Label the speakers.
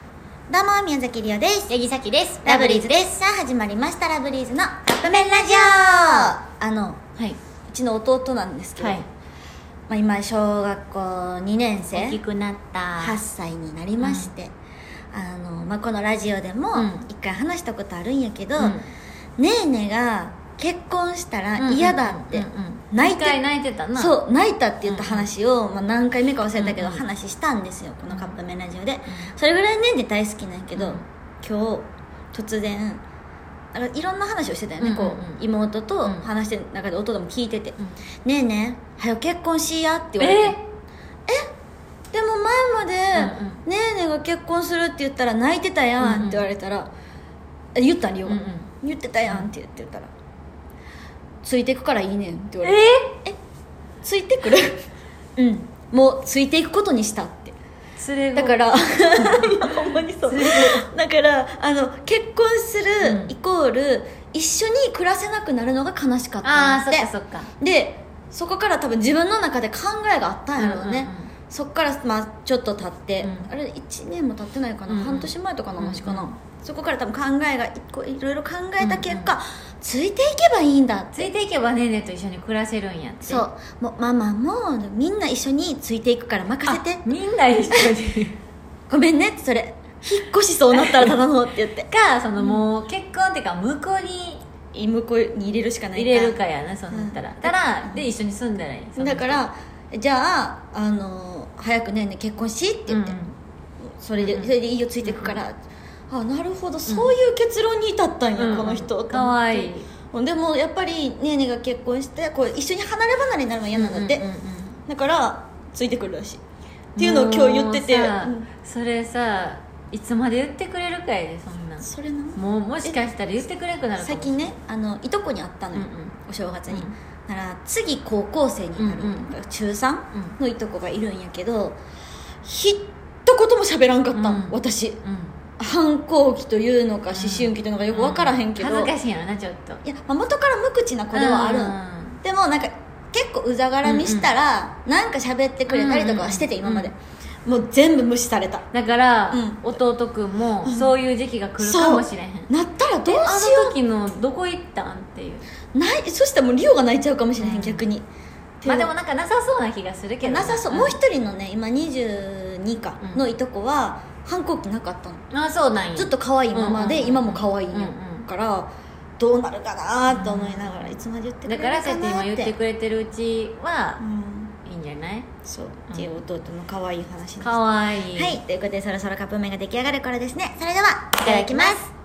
Speaker 1: どうも宮崎りおです
Speaker 2: 八木咲です
Speaker 1: すさあ始まりましたラブリーズのカップ麺ラジオあの
Speaker 2: はいう
Speaker 1: ちの弟なんですけど、
Speaker 2: はい
Speaker 1: まあ、今小学校2年生
Speaker 2: 大きくなった
Speaker 1: 8歳になりまして、あのまあ、このラジオでも
Speaker 2: うん
Speaker 1: 一回話したことあるんやけど、
Speaker 2: うん
Speaker 1: ねえねが結婚したら嫌だって
Speaker 2: うんうんうんうん
Speaker 1: 泣い
Speaker 2: 一
Speaker 1: て
Speaker 2: 回泣いてたなう
Speaker 1: そう泣いたって言った話を、まあ、何回目か忘れたけど、
Speaker 2: うんうん
Speaker 1: 話したんですよこのカップ麺ラジオで、それぐらいねんで大好きなんやけど、
Speaker 2: うん
Speaker 1: 今日突然あのいろんな話をしてたよね、
Speaker 2: うんうんうん
Speaker 1: こう妹と
Speaker 2: うん
Speaker 1: 話してる中で弟も聞いてて「
Speaker 2: ん
Speaker 1: ねえねえはよ結婚しいや」って
Speaker 2: え
Speaker 1: 言われて、でも前まで「
Speaker 2: うん
Speaker 1: ねえねえが結婚するって言ったら泣いてたやん」って言われたら「え言ったんよ、
Speaker 2: うんうん
Speaker 1: 言ってたやん」って言ってたら「ついてくからいいねん」って言われて
Speaker 2: え
Speaker 1: ついてくるうんもうついていくことにしたって
Speaker 2: 連れ子
Speaker 1: だから ほんまにそうだからあの結婚する
Speaker 2: うん
Speaker 1: イコール、一緒に暮らせなくなるのが悲しかった
Speaker 2: あ
Speaker 1: ん
Speaker 2: あ
Speaker 1: で
Speaker 2: そっかそっか
Speaker 1: でそこから多分自分の中で考えがあったんやろうね、
Speaker 2: うんうんうん
Speaker 1: そっから、まあ、ちょっと経って、
Speaker 2: うん
Speaker 1: あれ1年も経ってないかな、
Speaker 2: うんうん
Speaker 1: 半年前とかの話かな、
Speaker 2: うんうん
Speaker 1: そこから多分考えが一個いろいろ考えた結果、
Speaker 2: う
Speaker 1: ついていけばいいんだって
Speaker 2: ついていけばねーねーと一緒に暮らせるんやって
Speaker 1: そうもうママもみんな一緒についていくから任せて
Speaker 2: あみんな一緒 に
Speaker 1: ごめんねってそれ引っ越しそうなったらただのって言って
Speaker 2: かそのもう結婚っていうか向こうに
Speaker 1: 向こうに入れるしかない
Speaker 2: 入れるかやなそうなったら
Speaker 1: うん
Speaker 2: た
Speaker 1: う
Speaker 2: ら
Speaker 1: ん
Speaker 2: で一緒に住んだらいいその
Speaker 1: だからじゃああの早くねね結婚しって言って、
Speaker 2: うんうん
Speaker 1: それで
Speaker 2: うん
Speaker 1: それでいいよついてくから、あなるほどそういう結論に至ったんや、
Speaker 2: うん
Speaker 1: この人
Speaker 2: かわいい
Speaker 1: いでもやっぱりねねが結婚してこう一緒に離れ離れになるのは嫌なんだって、
Speaker 2: うんうんうんうん
Speaker 1: だからついてくるらしいっていうのを今日言ってて、
Speaker 2: もうさ
Speaker 1: うん
Speaker 2: それさいつまで言ってくれるかいでそんなん
Speaker 1: それな
Speaker 2: もうもしかしたら言ってくれなくなるか
Speaker 1: 最
Speaker 2: もしれ
Speaker 1: 近
Speaker 2: ない
Speaker 1: ねあのいとこに会ったのよ、
Speaker 2: うんうん
Speaker 1: お正月に、
Speaker 2: うん
Speaker 1: なら次高校生になる、
Speaker 2: うんうん
Speaker 1: 中3のいとこがいるんやけどひっと言も喋らんかったん、
Speaker 2: うん
Speaker 1: 私
Speaker 2: うん
Speaker 1: 反抗期というのか思春期というのかよく分からへんけど、
Speaker 2: 恥ず
Speaker 1: い
Speaker 2: かしいやろなちょっと
Speaker 1: や、まあ、元から無口な子ではあるん、
Speaker 2: うん
Speaker 1: でもなんか結構うざがらみしたら、なんか喋ってくれたりとかはしてて、
Speaker 2: うんうん
Speaker 1: 今までもう全部無視された
Speaker 2: だから、
Speaker 1: うん
Speaker 2: 弟くんも
Speaker 1: うん
Speaker 2: そういう時期が来るかもしれへん、
Speaker 1: なったらどう
Speaker 2: であ
Speaker 1: しよ
Speaker 2: の時のどこ行ったんっていう
Speaker 1: うないそしたらもうリオが泣いちゃうかもしれへん、
Speaker 2: うん
Speaker 1: 逆に
Speaker 2: まあでもなんかなさそうな気がするけど
Speaker 1: なさそう、もう一人のね今22か
Speaker 2: うん
Speaker 1: のいとこは反抗期なかったの、
Speaker 2: 人あそうなんや
Speaker 1: ずっと可愛いままで、
Speaker 2: うんうんうん
Speaker 1: 今も可愛いよ、
Speaker 2: うんうん
Speaker 1: からどうなるかなと思いながらいつまで言ってくれ
Speaker 2: だ
Speaker 1: る
Speaker 2: か
Speaker 1: かな
Speaker 2: ら
Speaker 1: っ
Speaker 2: そう
Speaker 1: て
Speaker 2: やって今言ってくれてるうちは
Speaker 1: う、ん
Speaker 2: いいんじゃない
Speaker 1: そう、
Speaker 2: うん
Speaker 1: っていう弟の可愛い話でした
Speaker 2: かわいい
Speaker 1: はいということでそろそろカップ麺が出来上がる頃ですねそれではいただきます